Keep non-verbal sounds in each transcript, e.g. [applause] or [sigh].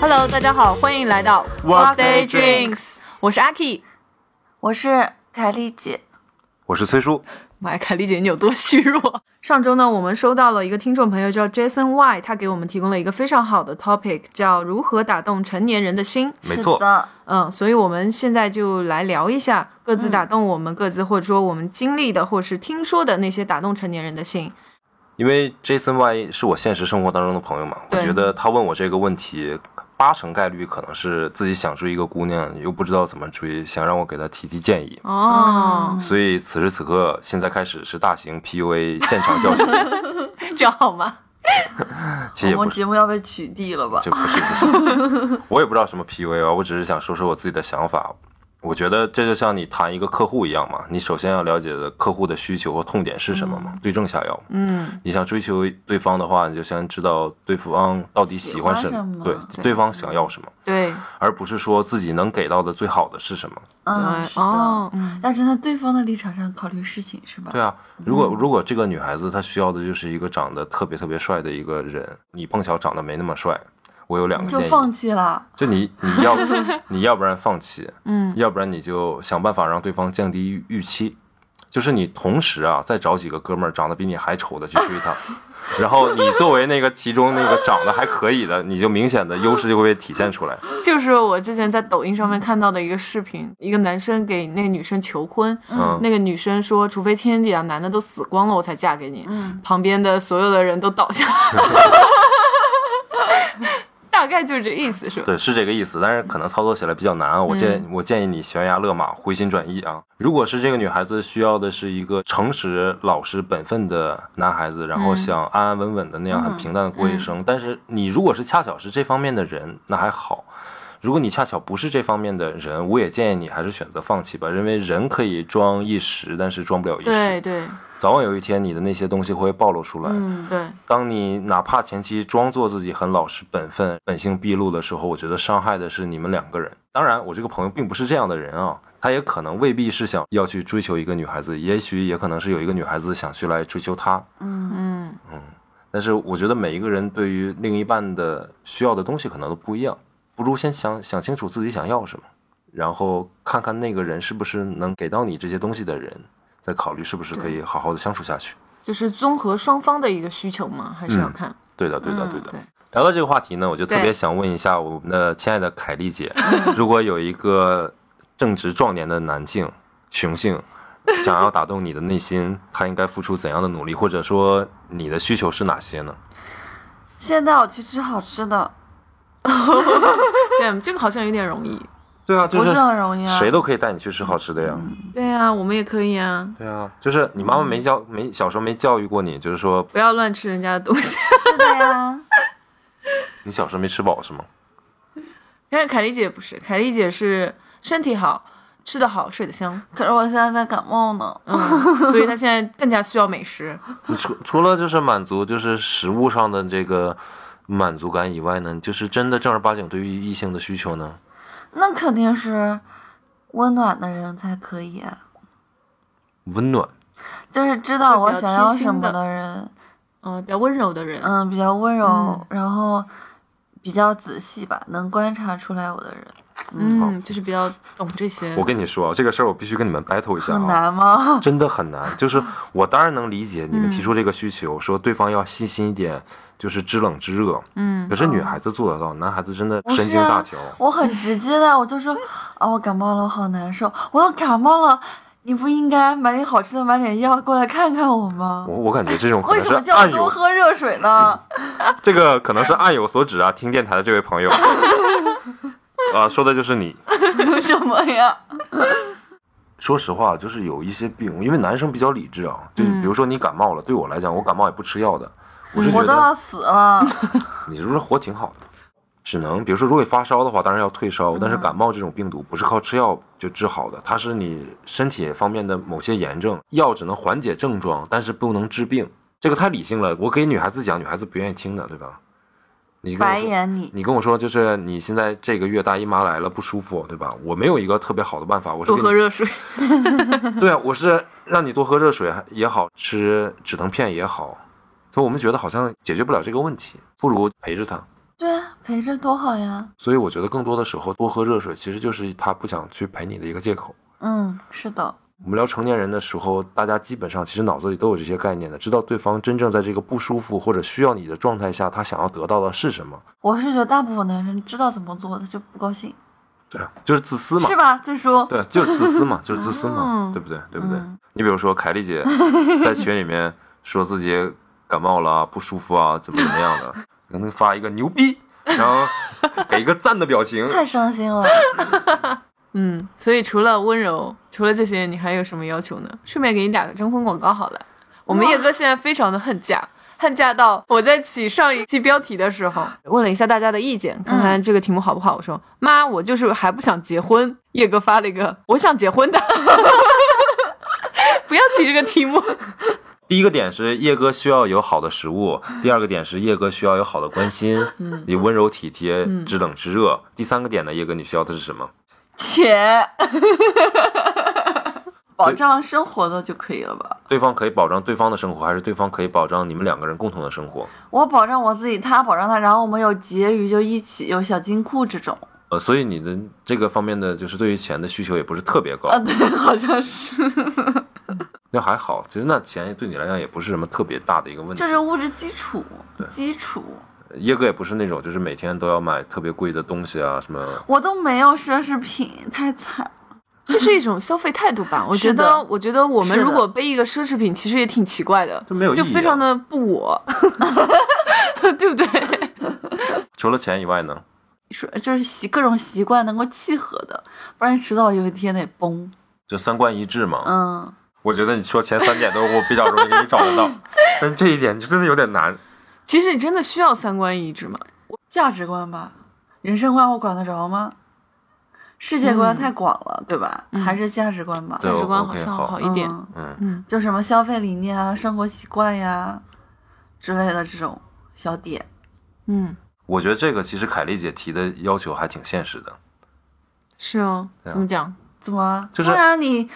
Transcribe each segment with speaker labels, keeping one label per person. Speaker 1: Hello，大家好，欢迎来到
Speaker 2: Workday
Speaker 1: Drinks，我是阿 K。
Speaker 3: 我是凯丽姐，
Speaker 2: 我是崔叔，
Speaker 1: 妈呀，凯丽姐你有多虚弱？ [laughs] 上周呢，我们收到了一个听众朋友叫 Jason Y，他给我们提供了一个非常好的 topic，叫如何打动成年人的心。
Speaker 2: 没
Speaker 3: 是
Speaker 2: 错，
Speaker 3: 的，
Speaker 1: 嗯，所以我们现在就来聊一下各自打动我们各自，或者说我们经历的，或是听说的那些打动成年人的心。
Speaker 2: 因为 Jason Y 是我现实生活当中的朋友嘛，我
Speaker 1: 对
Speaker 2: 觉得他问我这个问题，八成概率可能是自己想追一个姑娘，又不知道怎么追，想让我给他提提建议。
Speaker 3: 嗯
Speaker 1: 哦，
Speaker 2: 所以此时此刻，现在开始是大型 PUA 现场教学，
Speaker 3: [laughs] 嗯
Speaker 1: 这样好吗？
Speaker 2: 其实也
Speaker 3: 我
Speaker 2: 不
Speaker 3: 们
Speaker 2: 是，
Speaker 3: 节目要被取缔了吧？
Speaker 2: 这不是不是，我也不知道什么 PUA 啊，我只是想说说我自己的想法。我觉得这就像你谈一个客户一样嘛，你首先要了解的客户的需求和痛点是什么嘛，对症下药。
Speaker 1: 嗯，
Speaker 2: 你想追求对方的话，你就先知道对方到底喜欢什
Speaker 3: 喜欢什么
Speaker 2: 对，
Speaker 1: 对
Speaker 2: 对方想要什么，
Speaker 1: 对，
Speaker 2: 而不是说自己能给到的最好的是什么。
Speaker 3: 嗯，
Speaker 1: 对，
Speaker 3: 是的
Speaker 1: 哦，，嗯，
Speaker 3: 要站在对方的立场上考虑事情，是吧？
Speaker 2: 对啊，如
Speaker 3: 嗯
Speaker 2: 果如果这个女孩子她需要的就是一个长得特别特别帅的一个人，你碰巧长得没那么帅，我有两个
Speaker 3: 就
Speaker 2: 建
Speaker 3: 放
Speaker 2: 议，
Speaker 3: 弃了。
Speaker 2: 就你你要你要不然放弃，
Speaker 1: 嗯，
Speaker 2: 要不然你就想办法让对方降低预预期，就是你同时啊再找几个哥们儿长得比你还丑的去追她。然后你作为那个其中那个长得还可以的，你就明显的优势就会被体现出来。
Speaker 1: 就是我之前在抖音上面看到的一个视频，一个男生给那个女生求婚，
Speaker 2: 嗯，
Speaker 1: 那个女生说：“除非天底下男的都死光了，我才嫁给你。”
Speaker 3: 嗯
Speaker 1: 旁边的所有的人都倒下了， [laughs] 大概就是这意思，是吧？
Speaker 2: 对，是这个意思，但是可能操作起来比较难啊。我建、我建议你悬崖勒马，回心转意啊。如果是这个女孩子需要的是一个诚实、老实、本分的男孩子，然后想安安稳稳的那样很平淡的过一生，但是你如果是恰巧是这方面的人，那还好。如果你恰巧不是这方面的人，我也建议你还是选择放弃吧，因为人可以装一时，但是装不了一
Speaker 1: 对
Speaker 2: 世。
Speaker 1: 对
Speaker 2: 早晚有一天，你的那些东西会暴露出来。
Speaker 3: 嗯，
Speaker 1: 对，
Speaker 2: 当你哪怕前期装作自己很老实本分、本性毕露的时候，我觉得伤害的是你们两个人。当然，我这个朋友并不是这样的人啊，他也可能未必是想要去追求一个女孩子，也许也可能是有一个女孩子想去来追求他。
Speaker 3: 嗯，
Speaker 1: 嗯，
Speaker 2: 但是我觉得每一个人对于另一半的需要的东西可能都不一样，不如先想想清楚自己想要什么，然后看看那个人是不是能给到你这些东西的人，再考虑是不是可以好好的相处下去。
Speaker 1: 就是综合双方的一个需求嘛，还是要看。
Speaker 2: 对的，对的，
Speaker 3: 嗯
Speaker 2: 对的。
Speaker 1: 对
Speaker 2: 聊到这个话题呢，我就特别
Speaker 1: 对
Speaker 2: 想问一下我们的亲爱的凯丽姐， [laughs] 如果有一个正值壮年的男性雄性想要打动你的内心，他应该付出怎样的努力，或者说你的需求是哪些呢？
Speaker 3: 现在我去吃好吃的，
Speaker 1: 对，这个好像有点容易。
Speaker 2: 对啊，就
Speaker 3: 不
Speaker 2: 是
Speaker 3: 是很容易啊。
Speaker 2: 谁都可以带你去吃好吃的呀。
Speaker 1: 对啊，我们也可以啊，
Speaker 2: 对啊，就是你妈妈没教没小时候没教育过你，就是说
Speaker 1: 不要乱吃人家的东西。 [laughs]
Speaker 3: 是的呀，
Speaker 2: 你小时候没吃饱是吗？
Speaker 1: 但是凯丽姐不是，凯丽姐是身体好，吃得好，睡得香，
Speaker 3: 可是我现在在感冒呢。
Speaker 1: 嗯，所以她现在更加需要美食。
Speaker 2: 你除除了就是满足就是食物上的这个满足感以外呢，就是真的正儿八经对于异性的需求呢？
Speaker 3: 那肯定是温暖的人才可以啊、
Speaker 2: 温暖。
Speaker 3: 就是知道我
Speaker 1: 就比较
Speaker 3: 想要
Speaker 1: 贴心
Speaker 3: 什么
Speaker 1: 的
Speaker 3: 的人，
Speaker 1: 嗯，比较温柔的人，
Speaker 3: 嗯，比较温柔，
Speaker 1: 嗯
Speaker 3: 然后比较仔细吧，能观察出来我的人，
Speaker 1: 嗯，就是比较懂这些。
Speaker 2: 我跟你说啊，这个事儿我必须跟你们 battle 一下
Speaker 3: 嗯很
Speaker 2: 啊，
Speaker 3: 难嗯吗？
Speaker 2: 真的很难。就是我当然能理解你们
Speaker 3: 嗯
Speaker 2: 提出这个需求，说对方要细心一点，就是知冷知热。
Speaker 1: 嗯，
Speaker 2: 可是女孩子做得到，男孩子真的
Speaker 3: 不
Speaker 2: 神
Speaker 3: 是
Speaker 2: 经大
Speaker 3: 啊
Speaker 2: 条。，
Speaker 3: 我很直接的，我就说啊，我感冒了，我好难受，我又感冒了，你不应该买点好吃的，买点药过来看看我吗
Speaker 2: 我？我感觉这种可
Speaker 3: 为
Speaker 2: 能
Speaker 3: 什
Speaker 2: 是
Speaker 3: 么叫我
Speaker 2: 暗
Speaker 3: 多
Speaker 2: 有
Speaker 3: 喝热水呢？
Speaker 2: [laughs] 这个可能
Speaker 3: [laughs]
Speaker 2: 是暗有所指啊，听电台的这位朋友，啊，说的就是你。
Speaker 3: 什么呀？
Speaker 2: 说实话，就是有一些病，因为男生比较理智啊，就是
Speaker 1: 嗯
Speaker 2: 比如说你感冒了，对我来讲，我感冒也不吃药的，我是觉
Speaker 3: 嗯我都
Speaker 2: 得
Speaker 3: 要死了，
Speaker 2: 你是不是活挺好的？只能比如说，如果发烧的话，当然要退烧，但是感冒这种病毒不是靠吃药就治好的，它是你身体方面的某些炎症，药只能缓解症状，但是不能治病。这个太理性了，我给女孩子讲，女孩子不愿意听的，对吧？你跟我
Speaker 3: 白
Speaker 2: 说
Speaker 3: 眼你。
Speaker 2: 你跟我说，就是你现在这个月大姨妈来了不舒服，对吧？我没有一个特别好的办法，我是
Speaker 1: 多
Speaker 2: 给
Speaker 1: 喝
Speaker 2: 你
Speaker 1: 热水。 [laughs]
Speaker 2: 对啊，我是让你多喝热水也好，吃止疼片也好，所以我们觉得好像解决不了这个问题，不如陪着她。
Speaker 3: 对啊，陪着多好呀。
Speaker 2: 所以我觉得更多的时候多喝热水，其实就是他不想去陪你的一个借口。
Speaker 3: 嗯，是的，
Speaker 2: 我们聊成年人的时候，大家基本上其实脑子里都有这些概念的，知道对方真正在这个不舒服或者需要你的状态下，他想要得到的是什么。
Speaker 3: 我是觉得大部分男生知道怎么做，他就不高兴，
Speaker 2: 对啊，就是自私嘛
Speaker 3: 是，吧？最叔，
Speaker 2: 对，啊就是自私嘛，就是自私
Speaker 1: 嗯
Speaker 2: 嘛，对不对？对不对
Speaker 3: 嗯？
Speaker 2: 你比如说凯丽
Speaker 3: [laughs]
Speaker 2: 姐在群里面说自己感冒了啊、不舒服啊，怎么怎么样的，可能发一个牛逼，然后给一个赞的表情，
Speaker 3: 太伤心了。 [laughs]
Speaker 1: 嗯，所以除了温柔，除了这些，你还有什么要求呢？顺便给你打个征婚广告好了。我们叶哥现在非常的恨嫁，恨嫁到我在起上一期标题的时候，问了一下大家的意见，看看这个题目好不好。我说妈，我就是还不想结婚。叶哥发了一个我想结婚的， [laughs] 不要起这个题目。
Speaker 2: 第一个点是叶哥需要有好的食物，第二个点是叶哥需要有好的关心，你温柔体贴、知冷知热。第三个点呢，叶哥你需要的是什么？
Speaker 3: 且 [laughs] 保障生活的就可以了吧？
Speaker 2: 对方可以保障对方的生活，还是对方可以保障你们两个人共同的生活？
Speaker 3: 我保障我自己，他保障他，然后我们有结余就一起有小金库这种。
Speaker 2: 呃，所以你的这个方面的就是对于钱的需求也不是特别高
Speaker 1: 哦
Speaker 3: 啊，，对，好
Speaker 1: [laughs]
Speaker 3: 像是，
Speaker 2: 那还好。其实那钱对你来讲也不是什么特别大的一个问题
Speaker 3: 这。是物质基础，基础。
Speaker 2: 叶哥也不是那种就是每天都要买特别贵的东西啊什么。
Speaker 3: 我都没有奢侈品，太惨。
Speaker 1: 这是一种消费态度吧？我觉
Speaker 3: 是的
Speaker 1: 得，我觉得我们
Speaker 3: 是的
Speaker 1: 如果背一个奢侈品，其实也挺奇怪的，
Speaker 2: 就没有意义
Speaker 1: 就
Speaker 2: 啊
Speaker 1: 非常的不我， [laughs] 对不对？ [laughs]
Speaker 2: 除了钱以外呢？
Speaker 3: 说就是习各种习惯能够契合的，不然迟早有一天得崩。
Speaker 2: 就三观一致嘛。
Speaker 3: 嗯，
Speaker 2: 我觉得你说前三点都我比较容易给你找得到， [laughs] 但这一点就真的有点难。
Speaker 1: 其实你真的需要三观一致吗？
Speaker 3: 价值观吧，人生观我管得着吗？世界观太广了，对吧？还是价值观吧。
Speaker 2: 对
Speaker 1: 价值观
Speaker 2: OK，
Speaker 1: 好像
Speaker 2: 好
Speaker 1: 嗯好一点。
Speaker 3: 嗯
Speaker 2: 嗯，
Speaker 3: 就什么消费理念啊、生活习惯呀之类的这种小点。
Speaker 1: 嗯，
Speaker 2: 我觉得这个其实凯丽姐提的要求还挺现实的。
Speaker 1: 是哦，
Speaker 2: 对啊
Speaker 1: 怎么讲？
Speaker 3: 怎么了？
Speaker 2: 就是
Speaker 3: 不然你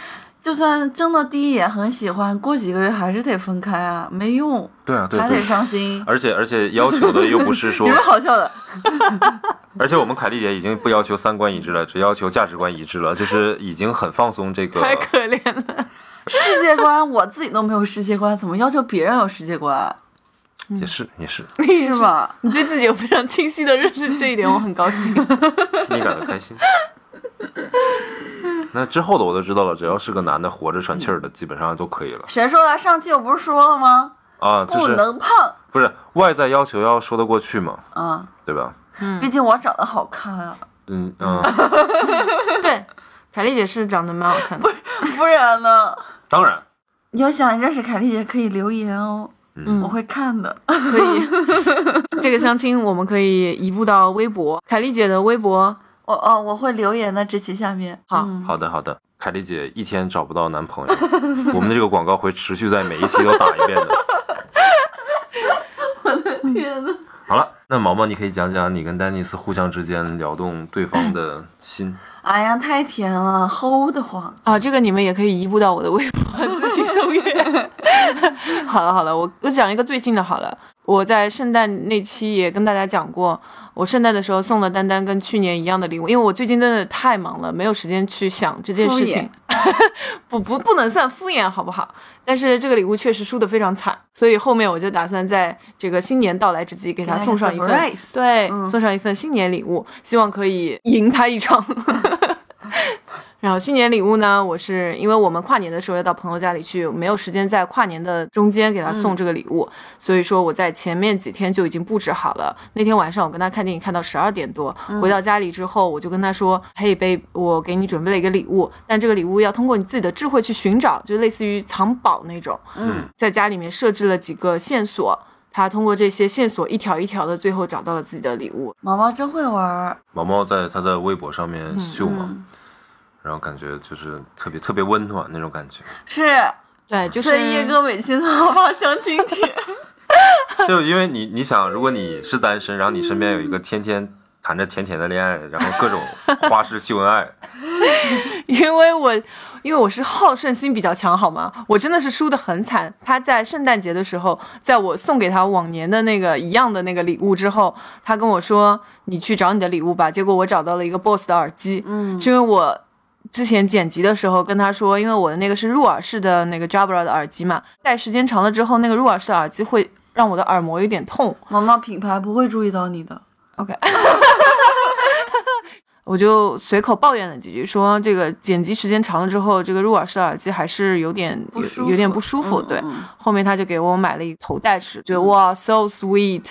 Speaker 3: 就算真的第一眼很喜欢，过几个月还是得分开啊，没用，
Speaker 2: 对啊，对
Speaker 3: 还得
Speaker 2: 对。
Speaker 3: 伤
Speaker 2: [laughs]
Speaker 3: 心。
Speaker 2: 而且而且要求的又不是
Speaker 3: 有 [laughs]
Speaker 2: 说
Speaker 3: 什，么好笑的？
Speaker 2: 而且我们凯丽姐已经不要求三观一致了，只要求价值观一致了，就是已经很放松这个。
Speaker 1: 太可怜了。 [laughs]
Speaker 3: 世界观我自己都没有世界观，怎么要求别人有世界
Speaker 1: [laughs]
Speaker 3: 观？
Speaker 2: 也是也是，
Speaker 3: 是吧？
Speaker 1: 你对自己有非常清晰的认识，这一点我很高兴。
Speaker 2: 心里感到开心。 [laughs] 那之后的我都知道了，只要是个男的活着喘气儿的，基本上都可以了
Speaker 3: 谁说的？上期我不是说了吗？
Speaker 2: 啊。就
Speaker 3: 不
Speaker 2: 是
Speaker 3: 能胖
Speaker 2: 不是外在要求要说得过去嘛，
Speaker 3: 啊！
Speaker 2: 对吧？
Speaker 1: 嗯
Speaker 3: 毕竟我长得好看啊，
Speaker 2: 嗯嗯。
Speaker 1: [laughs] 对，凯丽姐是长得蛮好看的。
Speaker 3: 不然呢？
Speaker 2: 当然，
Speaker 3: 有想认识凯丽姐可以留言哦，
Speaker 1: 嗯
Speaker 3: 我会看的。
Speaker 1: 可以， [laughs] 这个相亲我们可以移步到微博，凯丽姐的微博。
Speaker 3: 我哦，我会留言的，这期下面
Speaker 1: 好
Speaker 3: 嗯
Speaker 2: 好的好的。凯丽姐一天找不到男朋友， [laughs] 我们的这个广告会持续在每一期都打一遍的。
Speaker 3: [laughs] 天呐，
Speaker 2: 好了，那毛毛，你可以讲讲你跟丹尼斯互相之间撩动对方的心。
Speaker 3: 哎呀，太甜了，齁得慌。
Speaker 1: 啊，这个你们也可以移步到我的微博自行搜阅。 [laughs] 好了好了，我我讲一个最近的好了。我在圣诞那期也跟大家讲过，我圣诞的时候送了丹丹跟去年一样的礼物，因为我最近真的太忙了，没有时间去想这件事情。 [laughs] 不不不能算敷衍好不好？但是这个礼物确实输得非常惨，所以后面我就打算在这个新年到来之际给他
Speaker 3: 给他
Speaker 1: 送
Speaker 3: 个
Speaker 1: 上一份
Speaker 3: surprise 嗯
Speaker 1: 对，送上一份新年礼物，希望可以赢他一场。 [laughs] 然后新年礼物呢，我是因为我们跨年的时候要到朋友家里去，没有时间在跨年的中间
Speaker 3: 嗯
Speaker 1: 给他送这个礼物，所以说我在前面几天就已经布置好了。那天晚上我跟他看电影看到十二点多，
Speaker 3: 嗯
Speaker 1: 回到家里之后我就跟他说：“嘿，babe，我给你准备了一个礼物，但这个礼物要通过你自己的智慧去寻找，就类似于藏宝那种。”
Speaker 2: 嗯，
Speaker 1: 在家里面设置了几个线索。他通过这些线索一条一条的，最后找到了自己的礼物。
Speaker 3: 毛毛真会玩儿，
Speaker 2: 毛毛在他的微博上面秀嘛，
Speaker 3: 嗯，
Speaker 2: 然后感觉就是特别特别温暖那种感觉。
Speaker 3: 是，
Speaker 1: 对，就是
Speaker 3: 所以叶哥每期都要放相亲 [laughs] 帖。
Speaker 2: 就因为你你想，如果你是单身，然后你身
Speaker 3: 嗯
Speaker 2: 边有一个天天谈着甜甜的恋爱，然后各种花式秀恩爱，
Speaker 1: 因为我因为我是好胜心比较强，好吗？我真的是输得很惨。他在圣诞节的时候，在我送给他往年的那个一样的那个礼物之后，他跟我说：“你去找你的礼物吧。”结果我找到了一个 BOSS 的耳机，嗯，是因为我。之前剪辑的时候跟他说，因为我的那个是入耳式的那个 Jabra 的耳机嘛，戴时间长了之后，那个入耳式的耳机会让我的耳膜有点痛。
Speaker 3: 妈妈品牌不会注意到你的。
Speaker 1: OK，我就随口抱怨了几句，说这个剪辑时间长了之后，这个入耳式的耳机还是有点
Speaker 3: 不舒
Speaker 1: 有
Speaker 3: 服
Speaker 1: 有点不舒服。
Speaker 3: 嗯
Speaker 1: 对
Speaker 3: 嗯，
Speaker 1: 后面他就给我买了一个头戴式，觉得哇 so
Speaker 3: [laughs]
Speaker 1: sweet。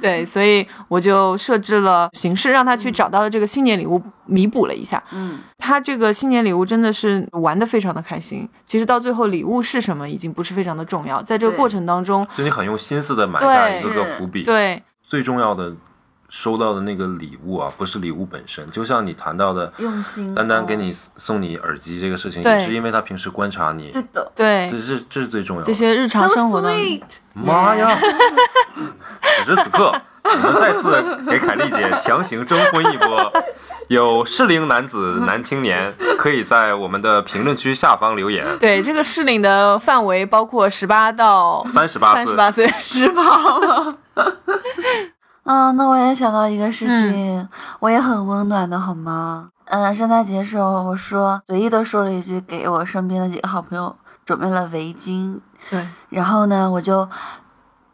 Speaker 1: 对，所以我就设置了形式，让他去找到了这个新年礼物，弥补了一下。
Speaker 3: 嗯，
Speaker 1: 他这个新年礼物真的是玩的非常的开心。其实到最后，礼物是什么已经不是非常的重要，在这个
Speaker 3: 对
Speaker 1: 过程当中，
Speaker 2: 就你很用心思的埋下
Speaker 1: 对
Speaker 2: 一个个
Speaker 3: 是
Speaker 2: 伏笔。
Speaker 1: 对
Speaker 2: 最重要的，收到的那个礼物啊，不是礼物本身，就像你谈到的，
Speaker 3: 用心。
Speaker 2: 丹丹给你送你耳机这个事
Speaker 1: 嗯
Speaker 2: 情，
Speaker 1: 哦对
Speaker 2: 也是因为他平时观察你
Speaker 3: 对，的。
Speaker 1: 对
Speaker 2: 这是这是最重要的。
Speaker 1: 这些日常
Speaker 3: So
Speaker 1: 生活当中，
Speaker 3: sweet，
Speaker 2: 妈呀！ [laughs] 此时此刻，我们再次给凯丽姐强行征婚一波。有适龄男
Speaker 1: 嗯
Speaker 2: 子、男青年，可以在我们的评论区下方留言。
Speaker 1: 对这个适龄的范围包括十八到
Speaker 2: 三十八
Speaker 1: 三
Speaker 2: 岁
Speaker 1: 十，八岁，
Speaker 3: 十八了。 [laughs] 啊，那我也想到一个事情，我也很温暖的，好吗？嗯，圣诞节的时候，我说随意的说了一句，给我身边的几个好朋友准备了围巾，
Speaker 1: 对，
Speaker 3: 然后呢，我就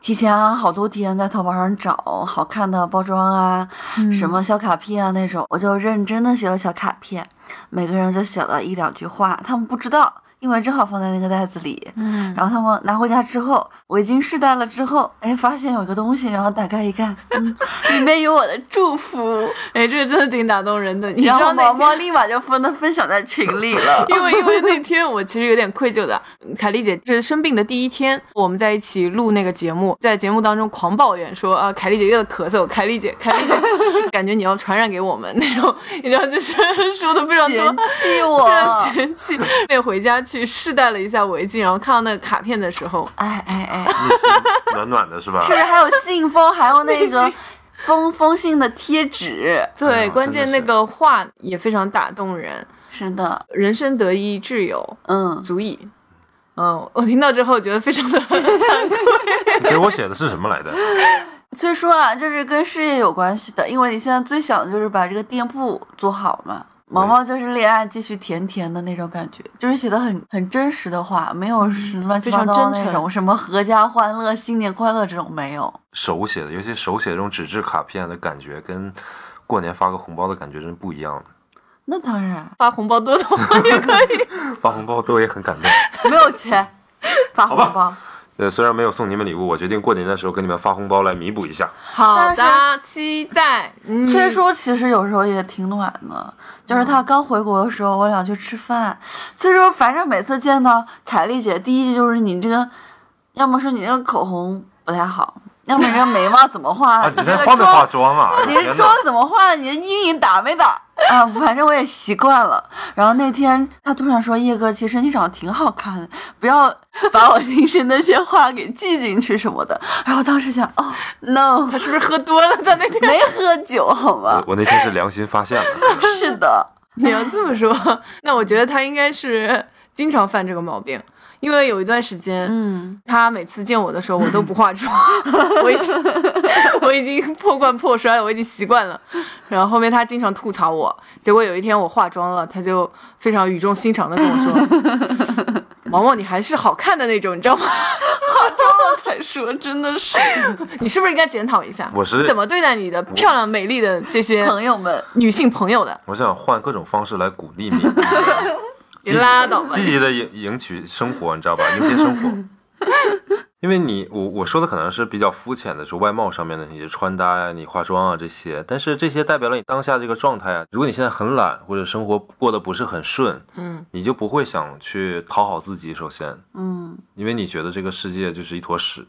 Speaker 3: 提前啊好多天在淘宝上找好看的包装啊，
Speaker 1: 嗯
Speaker 3: 什么小卡片啊那种，我就认真的写了小卡片，每个人就写了一两句话，他们不知道，因为正好放在那个袋子里。
Speaker 1: 嗯，
Speaker 3: 然后他们拿回家之后，我已经试戴了之后，哎，发现有个东西，然后打开一看，
Speaker 1: [laughs]
Speaker 3: 嗯，里面有我的祝福，
Speaker 1: 哎，这个真的挺打动人的。你知
Speaker 3: 然
Speaker 1: 道
Speaker 3: 后
Speaker 1: 那
Speaker 3: 毛
Speaker 1: 天。
Speaker 3: 毛立马就分的分享在群里了
Speaker 1: [laughs] 因为因为那天我其实有点愧疚的，凯丽姐这是生病的第一天，我们在一起录那个节目，在节目当中狂抱怨说啊，凯丽姐又在咳嗽，凯丽姐，凯丽姐，感觉你要传染给我们那种，你知道就是说的非常
Speaker 3: 嫌 [laughs]
Speaker 1: 多。 [laughs]
Speaker 3: 弃
Speaker 1: 非
Speaker 3: 我，
Speaker 1: 常嫌 [laughs] 弃，那回家去试戴了一下围巾，然后看到那个卡片的时候，
Speaker 3: 哎哎哎，
Speaker 2: 内心暖暖的是吧
Speaker 3: 是？不是还有信封，还有
Speaker 1: [laughs]
Speaker 3: 那个封封信的贴纸？
Speaker 2: 哎
Speaker 1: 对，
Speaker 2: 呀
Speaker 1: 关键
Speaker 2: 真
Speaker 1: 那
Speaker 2: 的是
Speaker 1: 个话也非常打动人。
Speaker 3: 是的，
Speaker 1: 人生得意挚友，
Speaker 3: 嗯，
Speaker 1: 足矣。嗯，我听到之后觉得非常 [laughs] 的惭愧。
Speaker 2: 你给我写的是什么来着？
Speaker 3: 所以说啊，就是跟事业有关系的，因为你现在最想的就是把这个店铺做好嘛。毛毛就是恋爱继续甜甜的那种感觉，就是写的很很真实的话，没有是乱七八
Speaker 1: 嗯非
Speaker 3: 糟
Speaker 1: 常
Speaker 3: 那
Speaker 1: 真
Speaker 3: 种
Speaker 1: 诚
Speaker 3: 什么合家欢乐、新年快乐这种没有。
Speaker 2: 手写的，尤其手写这种纸质卡片的感觉，跟过年发个红包的感觉真不一样。
Speaker 3: 那当
Speaker 1: [laughs]
Speaker 3: 然
Speaker 1: 发红包多的话也可以。
Speaker 2: 发红包都也很 [laughs] 感动。
Speaker 3: 没有钱发红
Speaker 2: 吧
Speaker 3: 包，
Speaker 2: 呃，虽然没有送你们礼物，我决定过年的时候给你们发红包来弥补一下。
Speaker 1: [laughs] 好
Speaker 3: 但
Speaker 1: 的，期待。嗯，
Speaker 3: 崔叔其实有时候也挺暖的，就是他刚回国的时候，我俩去吃饭，崔叔反正每次见到凯丽姐，第一句就是你这个，要么说你这个口红不太好，要么你这眉毛怎么画
Speaker 2: 啊，
Speaker 3: 的，
Speaker 2: 你
Speaker 3: 你这
Speaker 2: 这
Speaker 3: 个
Speaker 2: 化没化
Speaker 3: 妆，
Speaker 2: 妆啊？
Speaker 3: 你
Speaker 2: 天
Speaker 3: 这
Speaker 2: 哪
Speaker 3: 妆怎么画的，你这阴影打没打啊？反正我也习惯了。然后那天他突然说：“叶哥，其实你长得挺好看的，不要把我平时那些话给记进去什么的。”然后当时想，哦，no，
Speaker 1: 他是不是喝多了？他那天 [laughs]
Speaker 3: 没喝酒
Speaker 2: [laughs]
Speaker 3: 好吗
Speaker 2: 我？我那天是良心发现了，
Speaker 3: 是的。
Speaker 1: 你要这么说， [laughs] 那我觉得他应该是经常犯这个毛病，因为有一段时间，
Speaker 3: 嗯，
Speaker 1: 他每次见我的时候，我都不化 [laughs] 妆，我已经 [laughs] 我已经破罐破摔了，我已经习惯了。然后后面他经常吐槽我，结果有一天我化妆了，他就非常语重心长的跟我说：“ [laughs] 毛毛，你还是好看的那种，你知道吗？
Speaker 3: 才说，真的是
Speaker 1: 你是不是应该检讨一下，
Speaker 2: 我是
Speaker 1: 你怎么对待你的漂亮美丽的这些
Speaker 3: 朋友们，
Speaker 1: 女性朋友的？
Speaker 2: 我想换各种方式来鼓励 [laughs] 你，
Speaker 1: 你拉倒吧
Speaker 2: [laughs] 积！极的迎迎娶生活，你知道吧？迎接生活。
Speaker 3: [laughs]
Speaker 2: 因为你我我说的可能是比较肤浅的，是外貌上面的，你的穿搭呀、你化妆啊这些，但是这些代表了你当下这个状态啊。如果你现在很懒，或者生活过得不是很顺，
Speaker 1: 嗯，
Speaker 2: 你就不会想去讨好自己。首先，
Speaker 3: 嗯，
Speaker 2: 因为你觉得这个世界就是一坨屎，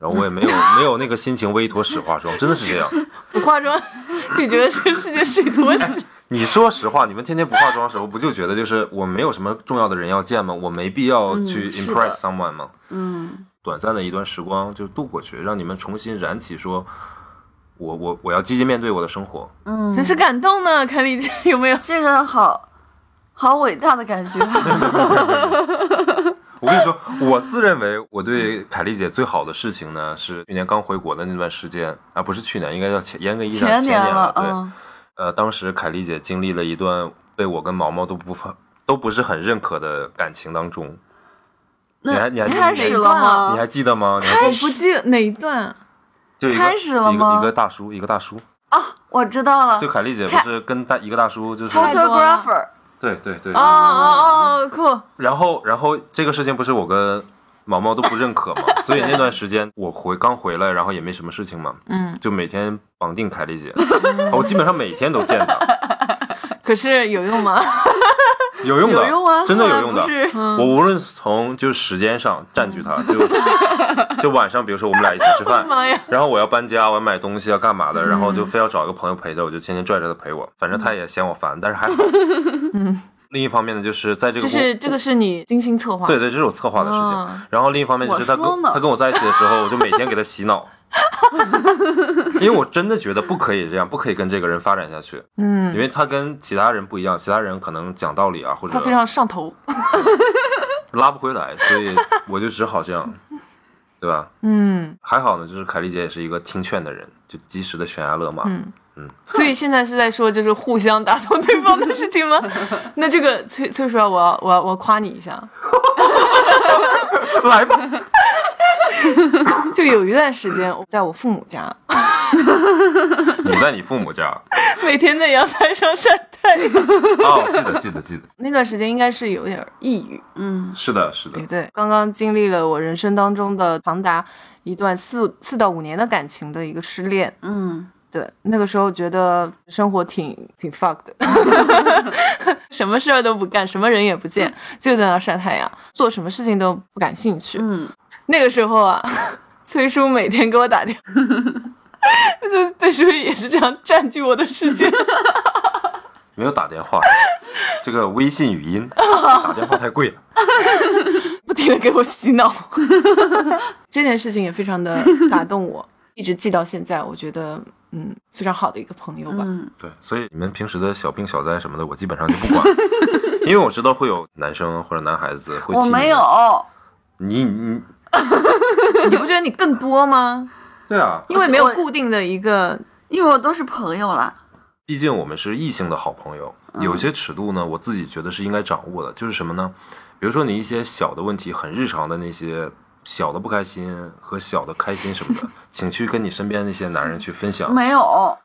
Speaker 2: 然后我也没有没有那个心情为一坨屎化妆，真的是这样。
Speaker 1: 不化妆 [laughs] 就觉得这个世界是一坨 [laughs] 屎。
Speaker 2: 你说实话，你们天天不化妆的时候，不就觉得就是我没有什么重要的人要见吗？我没必要去
Speaker 3: 嗯是的
Speaker 2: impress someone 吗？
Speaker 3: 嗯，
Speaker 2: 短暂的一段时光就度过去，让你们重新燃起说，我我我要积极面对我的生活。
Speaker 1: 真是感动呢，凯丽姐有没有？
Speaker 3: 这个好，好伟大的感觉。啊
Speaker 2: 我跟你说，我自认为我对凯丽姐最好的事情呢，是去年刚回国的那段时间啊，不是去年，应该叫前严格意 [laughs] 义上
Speaker 3: 前
Speaker 2: 年
Speaker 3: 了，
Speaker 2: 对，
Speaker 3: 嗯，
Speaker 2: 呃，当时凯丽姐经历了一段被我跟毛毛都不发都不是很认可的感情当中，你
Speaker 3: 那
Speaker 2: 还你还记
Speaker 3: 开
Speaker 2: 得
Speaker 3: 始了
Speaker 2: 你
Speaker 3: 吗？
Speaker 2: 还记得吗？你还
Speaker 1: 我
Speaker 2: 记
Speaker 1: 不记得哪一段，啊
Speaker 2: 就一个
Speaker 3: 开始了
Speaker 2: 一
Speaker 3: 吗
Speaker 2: 个一个大叔，一个大叔，
Speaker 3: 啊，我知道了
Speaker 2: 就凯丽姐不
Speaker 3: 开
Speaker 2: 是跟大一个大叔就是
Speaker 1: 太多了
Speaker 3: ，photographer，
Speaker 2: 对对对，
Speaker 1: 哦哦哦，酷，
Speaker 2: 然后，然后这个事情不是我跟毛毛都不认可嘛，所以那段时间我回刚回来，然后也没什么事情嘛，
Speaker 1: 嗯，
Speaker 2: 就每天绑定凯丽姐，哦我基本上每天都见她，
Speaker 1: 可是有用吗？
Speaker 2: 有用的，
Speaker 3: 有用啊，
Speaker 2: 真的
Speaker 3: 后来
Speaker 2: 有用的
Speaker 3: 不。是
Speaker 2: 我无论从就是时间上占据她，就就晚上，比如说我们俩一起吃饭，
Speaker 1: 妈呀，
Speaker 2: 然后我要搬家，我要买东西，要干嘛的，然后就非要找一个朋友陪着，我就天天拽着她陪我，反正她也嫌我烦，但是还好。另一方面呢，就是在这个
Speaker 1: 就
Speaker 2: 过
Speaker 1: 是这个是你精心策划，
Speaker 2: 对对，这是我策划的事情。
Speaker 1: 啊
Speaker 2: 然后另一方面就是他
Speaker 3: 我说
Speaker 2: 跟
Speaker 3: 呢
Speaker 2: 他跟我在一起的时候，我就每天给他洗脑， [laughs] 因为我真的觉得不可以这样，不可以跟这个人发展下去，因
Speaker 1: 嗯，
Speaker 2: 为他跟其他人不一样，其他人可能讲道理啊，或者
Speaker 1: 他非常上头，
Speaker 2: 拉不回来，所以我就只好这样，对吧？
Speaker 1: 嗯
Speaker 2: 还好呢，就是凯丽姐也是一个听劝的人，就及时的悬崖勒马。
Speaker 1: 嗯。所以现在是在说就是互相打动对方的事情吗？那这个崔崔叔啊，我要我要我要夸你一下，
Speaker 2: [laughs] 来吧，
Speaker 1: 就有一段时间我在我父母家，
Speaker 2: 你在你父母家啊、
Speaker 1: 每天在阳台上晒太阳，
Speaker 2: 哦？记得记得记得，
Speaker 1: 那段时间应该是有点抑郁，
Speaker 3: 嗯，
Speaker 2: 是的是的
Speaker 1: 对，对，刚刚经历了我人生当中的长达一段四四到五年的感情的一个失恋，
Speaker 3: 嗯，
Speaker 1: 对，那个时候觉得生活挺挺 fuck 的， [laughs] 什么事儿都不干，什么人也不见，就在那晒太阳，做什么事情都不感兴趣。
Speaker 3: 嗯，
Speaker 1: 那个时候啊，崔叔每天给我打电话， [laughs] 就崔叔也是这样占据我的世界。
Speaker 2: 没有打电话，这个微信语音打电话太贵了。
Speaker 1: 不停的给我洗脑。 [laughs] 这件事情也非常 [laughs] 的打动我，一直记到现在。我觉得，嗯，非常好的一个朋友吧。
Speaker 3: 嗯
Speaker 2: 对，所以你们平时的小病小灾什么的，我基本上就不管， [laughs] 因为我知道会有男生或者男孩子会。
Speaker 3: 我没有，。
Speaker 2: 你你
Speaker 1: 你不觉得你更多 [laughs] 吗？
Speaker 2: 对啊，
Speaker 1: 因为没有固定的一个，
Speaker 3: 因为我都是朋友啦。
Speaker 2: 毕竟我们是异性的好朋友，有些尺度呢，我自己觉得是应该掌握的。就是什么呢？比如说你一些小的问题，很日常的那些小的不开心和小的开心什么的，请去跟你身边那些男人去分享。
Speaker 3: 没有，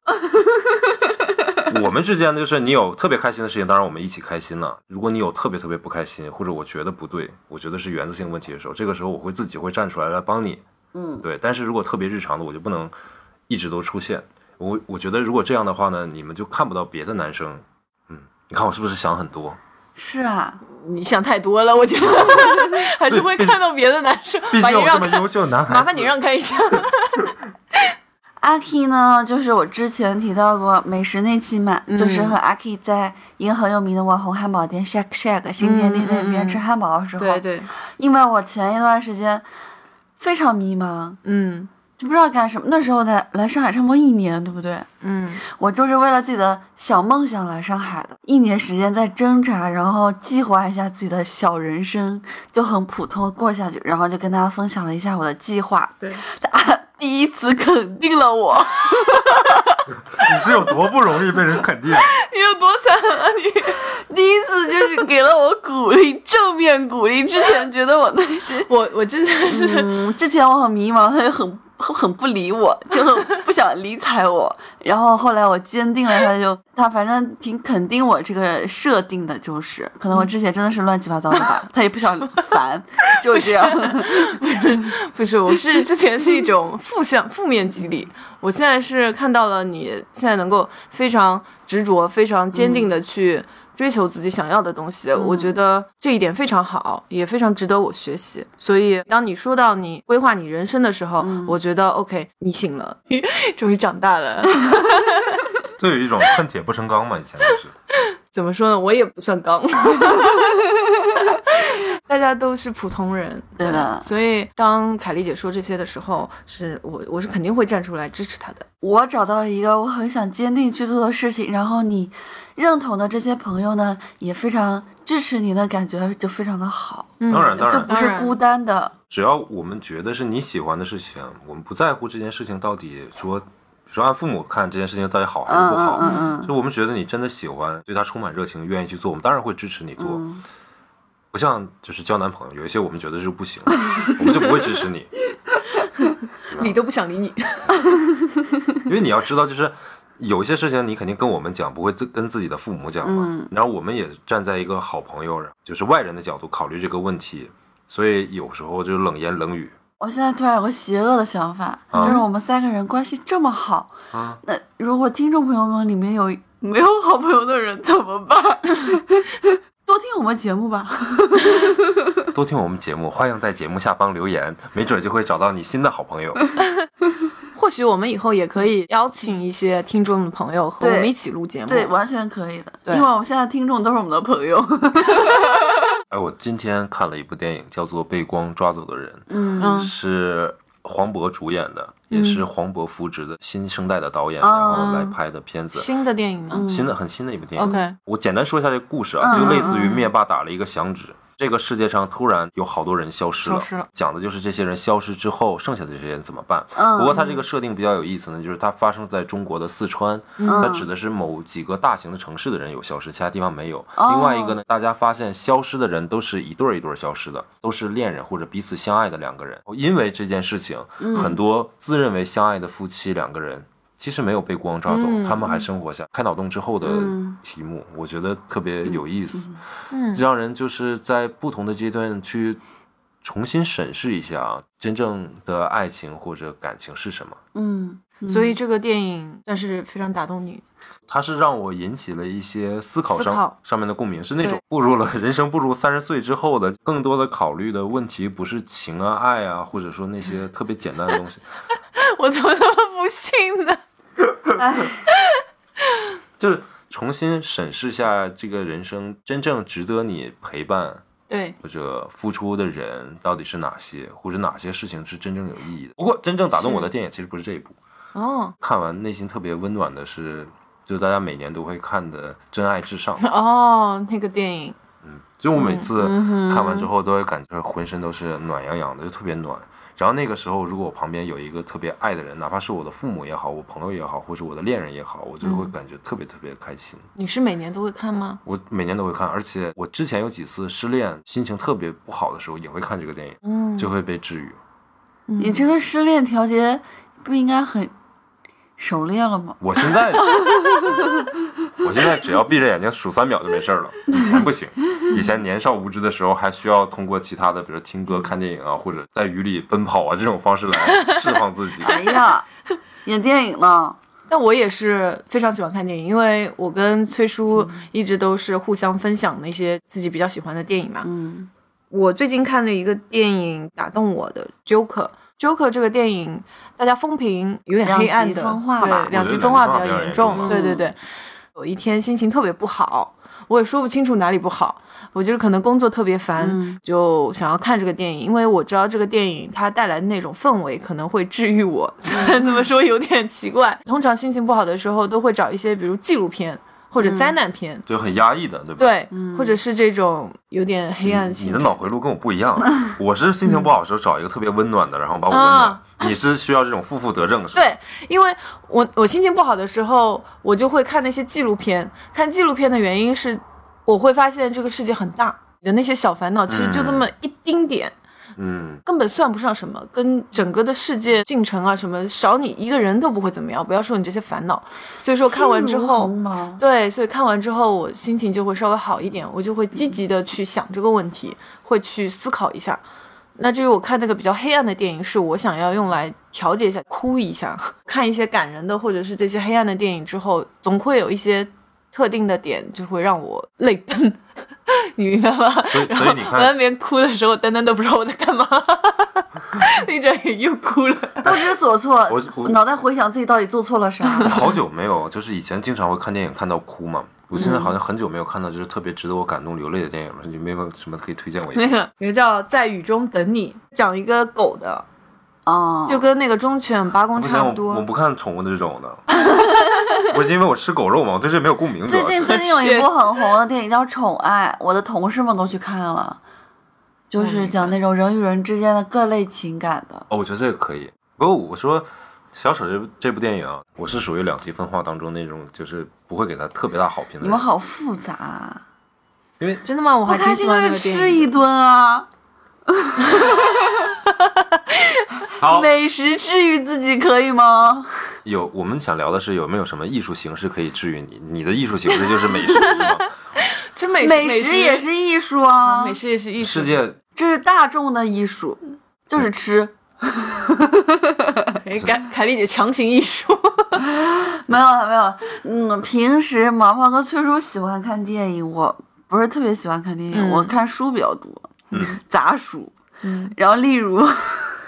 Speaker 2: 我们之间的就是你有特别开心的事情，当然我们一起开心了。如果你有特别特别不开心，或者我觉得不对，我觉得是原则性问题的时候，这个时候我会自己会站出来来帮你。
Speaker 3: 嗯，
Speaker 2: 对，但是如果特别日常的，我就不能一直都出现。我我觉得如果这样的话呢，你们就看不到别的男生。嗯，你看我是不是想很多？
Speaker 3: 是啊，
Speaker 1: 你想太多了。我觉 [laughs] 得还是会看到别的男
Speaker 2: [laughs]
Speaker 1: 生，把你让开，
Speaker 2: 秀的男孩
Speaker 1: 麻烦你让开一下。
Speaker 3: 阿 K 呢，就是我之前提到过美食那期嘛，就是和阿 K 在一个很有名的网红汉堡店 Shake Shake 新天地那
Speaker 1: 嗯嗯嗯
Speaker 3: 边吃汉堡的时候，
Speaker 1: [laughs] 对对，
Speaker 3: 因为我前一段时间非常迷茫，
Speaker 1: 嗯
Speaker 3: 就不知道干什么。那时候来来上海差不多一年，对不对？
Speaker 1: 嗯，
Speaker 3: 我就是为了自己的小梦想来上海的，一年时间在挣扎，然后计划一下自己的小人生，就很普通地过下去，然后就跟大家分享了一下我的计划。 [laughs]
Speaker 1: 对，
Speaker 3: 他第一次肯定了我，
Speaker 2: 你是有多不容易被人肯定？ [laughs]
Speaker 1: 你有多惨啊你！
Speaker 3: 第一次就是给了我鼓励，正面鼓励。之前觉得我那些，
Speaker 1: 我我真的是，
Speaker 3: 嗯，之前我很迷茫，他就很。很很不理我，就很不想理睬我。然后后来我坚定了，他就他反正挺肯定我这个设定的，就是可能我之前真的是乱七八糟
Speaker 2: [laughs]
Speaker 3: 的吧，他也不想烦，就这样。
Speaker 1: [laughs] 不是，我是之前是一种负向负面激励，我现在是看到了你现在能够非常执着、非常坚定的去追求自己想要的东西，我觉得这一点非常好，也非常值得我学习。所以，当你说到你规划你人生的时候，我觉得 OK，你醒了， [laughs] 终于长大了。
Speaker 2: 这有一种恨铁不成钢嘛，以前就是。
Speaker 1: 怎么说呢？我也不算刚， [laughs] 大家都是普通人，嗯
Speaker 3: 对的
Speaker 1: 所以当凯丽姐说这些的时候，是我我是肯定会站出来支持她的。
Speaker 3: 我找到了一个我很想坚定去做的事情，然后你认同的这些朋友呢，也非常支持你的感觉就非常的好，
Speaker 1: 嗯
Speaker 2: 当然当
Speaker 3: 就
Speaker 2: 然
Speaker 3: 不是孤单的。
Speaker 2: 只要我们觉得是你喜欢的事情，我们不在乎这件事情到底说，比如说按父母看这件事情到底好还是
Speaker 3: 嗯
Speaker 2: 不好，
Speaker 3: 嗯嗯嗯
Speaker 2: 就我们觉得你真的喜欢，对他充满热情，愿意去做，我们当然会支持你做。
Speaker 3: 嗯，
Speaker 2: 不像就是交男朋友，有一些我们觉得是不行 [laughs] 的，我们就不会支持你，
Speaker 1: 理都不想理你。 [laughs]
Speaker 2: 因为你要知道，就是有一些事情你肯定跟我们讲，不会自跟自己的父母讲嘛。
Speaker 3: 嗯
Speaker 2: 然后我们也站在一个好朋友，就是外人的角度考虑这个问题，所以有时候就冷言冷语。
Speaker 3: 我现在突然有个邪恶的想法，
Speaker 2: 啊
Speaker 3: 就是我们三个人关系这么好，
Speaker 2: 啊
Speaker 3: 那如果听众朋友们里面有没有好朋友的人怎么办？ [laughs] 多听我们节目吧。
Speaker 2: 多听我们节目，欢迎在节目下方留言，没准就会找到你新的好朋友。
Speaker 1: 或许我们以后也可以邀请一些听众的朋友和我们
Speaker 3: 对
Speaker 1: 一起录节目。
Speaker 3: 对，
Speaker 2: 嗯
Speaker 3: 完全可以的，
Speaker 1: 对
Speaker 3: 因为我们现在听众都是我们的朋 [laughs] 友。
Speaker 2: 哎，我今天看了一部电影，叫做《被光抓走的人》，
Speaker 1: 嗯
Speaker 2: 是黄渤主演的，也是黄渤扶植的新生代的导演，然后来拍的片子。
Speaker 1: 新的电影吗？
Speaker 2: 新的很新的一部电影。
Speaker 1: OK
Speaker 2: 我简单说一下这个故事啊，
Speaker 3: 嗯
Speaker 2: 就类似于灭霸打了一个响指，这个世界上突然有好多人消失
Speaker 1: 消
Speaker 2: 了，
Speaker 1: 失了
Speaker 2: 讲的就是这些人消失之后，剩下的这些人怎么办。
Speaker 3: 嗯
Speaker 2: 不过它这个设定比较有意思呢，就是它发生在中国的四川，
Speaker 1: 嗯
Speaker 2: 它指的是某几个大型的城市的人有消失，其他地方没有。
Speaker 3: 哦
Speaker 2: 另外一个呢，大家发现消失的人都是一对儿一对儿消失的，都是恋人或者彼此相爱的两个人。因为这件事情，
Speaker 1: 嗯
Speaker 2: 很多自认为相爱的夫妻两个人。其实没有被光抓走，
Speaker 1: 嗯
Speaker 2: 他们还生活下。开脑洞之后的
Speaker 3: 嗯
Speaker 2: 题目，我觉得特别有意思，
Speaker 1: 嗯
Speaker 2: 让人就是在不同的阶段去重新审视一下啊，真正的爱情或者感情是什么。
Speaker 3: 嗯，嗯
Speaker 1: 所以这个电影算是非常打动你。
Speaker 2: 它是让我引起了一些思考上
Speaker 1: 思考
Speaker 2: 上面的共鸣，是那种
Speaker 1: 对
Speaker 2: 步入了 [laughs] 人生步入三十岁之后的，更多的考虑的问题不是情啊、爱啊，或者说那些特别简单的东西，
Speaker 1: [laughs]
Speaker 2: [laughs]
Speaker 1: 我怎么那么不幸呢？
Speaker 3: 哎，
Speaker 2: 就是重新审视下这个人生真正值得你陪伴
Speaker 1: 对，
Speaker 2: 或者付出的人到底是哪些，或者哪些事情是真正有意义的。不过真正打动我的电影其实不是这一部，
Speaker 1: 哦
Speaker 2: 看完内心特别温暖的是，就是大家每年都会看的《真爱至上》。
Speaker 1: 哦，那个电影，
Speaker 2: 就我每次看完之后，都会感觉浑身都是暖洋洋的，就特别暖。然后那个时候，如果我旁边有一个特别爱的人，哪怕是我的父母也好，我朋友也好，或是我的恋人也好，我就会感觉特别特别开心。
Speaker 1: 你是每年都会看吗？
Speaker 2: 我每年都会看，而且我之前有几次失恋，心情特别不好的时候，也会看这个电影，
Speaker 1: 嗯，
Speaker 2: 就会被治愈。
Speaker 3: 你这个失恋调节不应该很熟练了吗？
Speaker 2: 我现在， [laughs] 我现在只要闭着眼睛数三秒就没事儿了。以前不行，以前年少无知的时候还需要通过其他的，比如听歌、看电影啊，或者在雨里奔跑啊这种方式来释放
Speaker 3: [laughs]
Speaker 2: 自己。
Speaker 3: 哎
Speaker 2: [laughs]
Speaker 3: 呀，演电影呢，
Speaker 1: 但我也是非常喜欢看电影，因为我跟崔叔一直都是互相分享那些自己比较喜欢的电影嘛。
Speaker 3: 嗯
Speaker 1: 我最近看了一个电影打动我的《Joker》。Joker 这个电影，大家风评有点黑暗
Speaker 3: 两极
Speaker 1: 的，
Speaker 3: 分化吧嗯
Speaker 1: 对，两极
Speaker 2: 我觉得
Speaker 1: 分化
Speaker 2: 两极分
Speaker 1: 比
Speaker 2: 化
Speaker 1: 较
Speaker 2: 比较
Speaker 1: 严
Speaker 2: 严
Speaker 1: 重。
Speaker 2: 重嘛
Speaker 1: 对对对，有一天心情特别不好，我也说不清楚哪里不好，我就是可能工作特别烦，
Speaker 3: 嗯
Speaker 1: 就想要看这个电影，因为我知道这个电影它带来的那种氛围可能会治愈我。虽
Speaker 3: 嗯
Speaker 1: [laughs] 然这么说有点奇怪，通常心情不好的时候都会找一些比如纪录片或
Speaker 3: 嗯
Speaker 1: 者灾难片，
Speaker 2: 就很压抑的，对吧？
Speaker 1: 对，或者是这种有点黑暗
Speaker 2: 你
Speaker 1: 性
Speaker 2: 的。脑回路跟我不一样，我是心情不好的时候找一个特别温暖的，然后把我温暖
Speaker 1: 啊。
Speaker 2: 你是需要这种负负得正，是吧？
Speaker 1: 对，因为我我心情不好的时候，我就会看那些纪录片。看纪录片的原因是，我会发现这个世界很大，你的那些小烦恼其实就这么一丁点，
Speaker 2: 嗯，
Speaker 1: 根本算不上什么，跟整个的世界进程啊什么，少你一个人都不会怎么样。不要说你这些烦恼，所以说看完之
Speaker 3: 心如
Speaker 1: 后
Speaker 3: 鸿。毛
Speaker 1: 对，所以看完之后，我心情就会稍微好一点，我就会积极的去想这个问题，会去思考一下。那至于我看那个比较黑暗的电影，是我想要用来调节一下，哭一下。 [laughs] 看一些感人的或者是这些黑暗的电影之后，总会有一些特定的点，就会让我泪奔， [laughs] 你明白吗？
Speaker 2: 所以所以你
Speaker 1: [laughs] 我在
Speaker 2: 看
Speaker 1: 那，边哭的时候，丹丹都不知道我在干嘛， [laughs] 那阵也又哭了。 [laughs]
Speaker 3: 不知所措
Speaker 2: 我我，
Speaker 3: 脑袋回想自己到底做错了啥。
Speaker 2: 好久没有，就是以前经常会看电影看到哭嘛，鲁迅的好像很久没有看到就是特别值得我感动流泪的电影了，你没有什么可以推荐我一
Speaker 1: 那
Speaker 2: 个？
Speaker 1: 个有个叫《在雨中等你》，讲一个狗的，
Speaker 3: [laughs] 哦，
Speaker 1: 就跟那个忠犬八公
Speaker 2: 不
Speaker 1: 差
Speaker 2: 行，
Speaker 1: 不
Speaker 2: 我我
Speaker 1: 多。
Speaker 2: 不看宠物的这种的，我是因为我吃狗肉嘛，我对这没有共鸣。主
Speaker 3: 最
Speaker 2: 要 [laughs]
Speaker 3: 近
Speaker 2: 是
Speaker 3: 最近有一部很红的电影叫《宠爱》，我的同事们都去看了，就是讲那种人与人之间的各类情感的。
Speaker 2: 哦，我觉得这个可以。不过我说《小丑》这部这部电影啊，我是属于两极分化当中那种，就是不会给他特别大好评的
Speaker 3: 你
Speaker 2: 人，
Speaker 3: 们好复杂啊，
Speaker 2: 因为
Speaker 1: 真的吗？我
Speaker 3: 不
Speaker 1: 还
Speaker 3: 开
Speaker 1: 挺
Speaker 3: 心
Speaker 1: 喜欢那
Speaker 3: 就
Speaker 1: 个
Speaker 3: 是
Speaker 1: 电
Speaker 3: 吃
Speaker 1: 影
Speaker 3: 一
Speaker 1: 的。
Speaker 3: 顿啊，
Speaker 2: 好
Speaker 3: 美食治愈自己可以吗？
Speaker 2: 有我们想聊的是有没有什么艺术形式可以治愈你？你的艺术形式就是美食，是
Speaker 3: [laughs]
Speaker 2: 吗？
Speaker 1: 这美
Speaker 3: 美
Speaker 1: 食
Speaker 3: 食也是艺术啊
Speaker 1: 美，食也是艺术
Speaker 2: 世，界
Speaker 3: 这是大众的艺术，就是吃。
Speaker 1: 可以凯凯丽姐强行艺
Speaker 3: [laughs]
Speaker 1: 术。
Speaker 3: 没有了，没有了。嗯，平时毛毛跟崔叔喜欢看电影，我不是特别喜欢看电影，
Speaker 1: 嗯
Speaker 3: 我看书比较多，
Speaker 2: 嗯
Speaker 3: 杂书。
Speaker 1: 嗯，
Speaker 3: 然后例如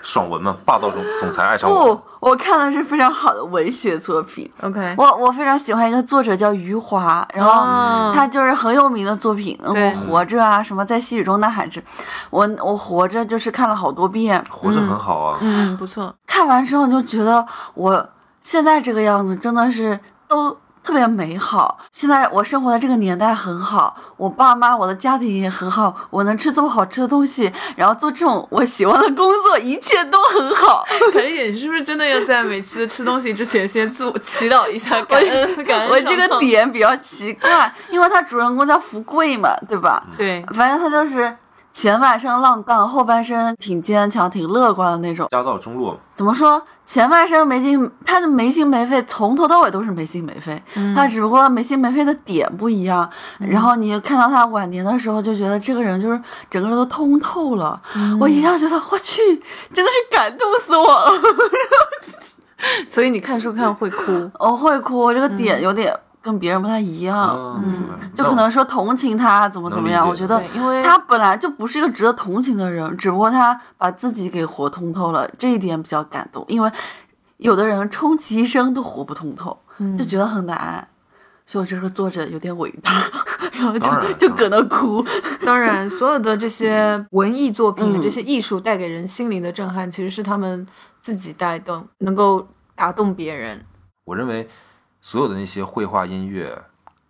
Speaker 2: 爽文嘛，霸道总总裁爱上
Speaker 3: 不
Speaker 2: 我。，
Speaker 3: 我看的是非常好的文学作品。
Speaker 1: OK，
Speaker 3: 我我非常喜欢一个作者叫余华，然后
Speaker 1: 哦，
Speaker 3: 他就是很有名的作品，
Speaker 1: 对
Speaker 3: 我活着》啊，什么在细雨中呐喊着，我我活着就是看了好多遍，
Speaker 2: 活着很好啊，
Speaker 1: 嗯不错，
Speaker 3: 看完之后你就觉得我现在这个样子真的是都特别美好。现在我生活的这个年代很好，我爸妈、我的家庭也很好，我能吃这么好吃的东西，然后做这种我喜欢的工作，一切都很好。
Speaker 1: 凯丽姐，你是不是真的要在每次吃东西之前先自我祈祷一下？感恩感恩
Speaker 3: [laughs] 我这
Speaker 1: 上
Speaker 3: 个
Speaker 1: 苍
Speaker 3: 点比较奇怪，因为他主人公叫福贵嘛，对吧？
Speaker 1: 对，
Speaker 3: 反正他就是前半生浪荡，后半生挺坚强、挺乐观的那种。
Speaker 2: 家道中落嘛。
Speaker 3: 怎么说？前半生没心，他的没心没肺，从头到尾都是没心没肺。
Speaker 1: 嗯
Speaker 3: 他只不过没心没肺的点不一样。然后你看到他晚年的时候，就觉得这个人就是整个人都通透了。
Speaker 1: 嗯
Speaker 3: 我一下觉得，我去，真的是感动死我了。 [laughs]
Speaker 1: 所以你看书看会哭，
Speaker 3: 我会哭，我这个
Speaker 1: 嗯
Speaker 3: 点有点跟别人不太一
Speaker 2: 哦
Speaker 3: 样。
Speaker 2: 嗯明白
Speaker 3: 嗯就可能说同情他怎么怎么样，
Speaker 2: 能
Speaker 3: 我
Speaker 2: 理解
Speaker 3: 觉得
Speaker 1: 对因为
Speaker 3: 他本来就不是一个值得同情的人，只不过他把自己给活通透了，这一点比较感动。因为有的人充其一生都活不通透，
Speaker 1: 嗯
Speaker 3: 就觉得很难。所以我这个作者有点伟大，然后
Speaker 2: 当然
Speaker 3: 就就搁那哭。
Speaker 1: 当然，所有的这些文艺作品、
Speaker 3: 嗯
Speaker 1: 这些艺术带给人心灵的震撼，其实是他们自己带动，能够打动别人。
Speaker 2: 我认为所有的那些绘画、音乐、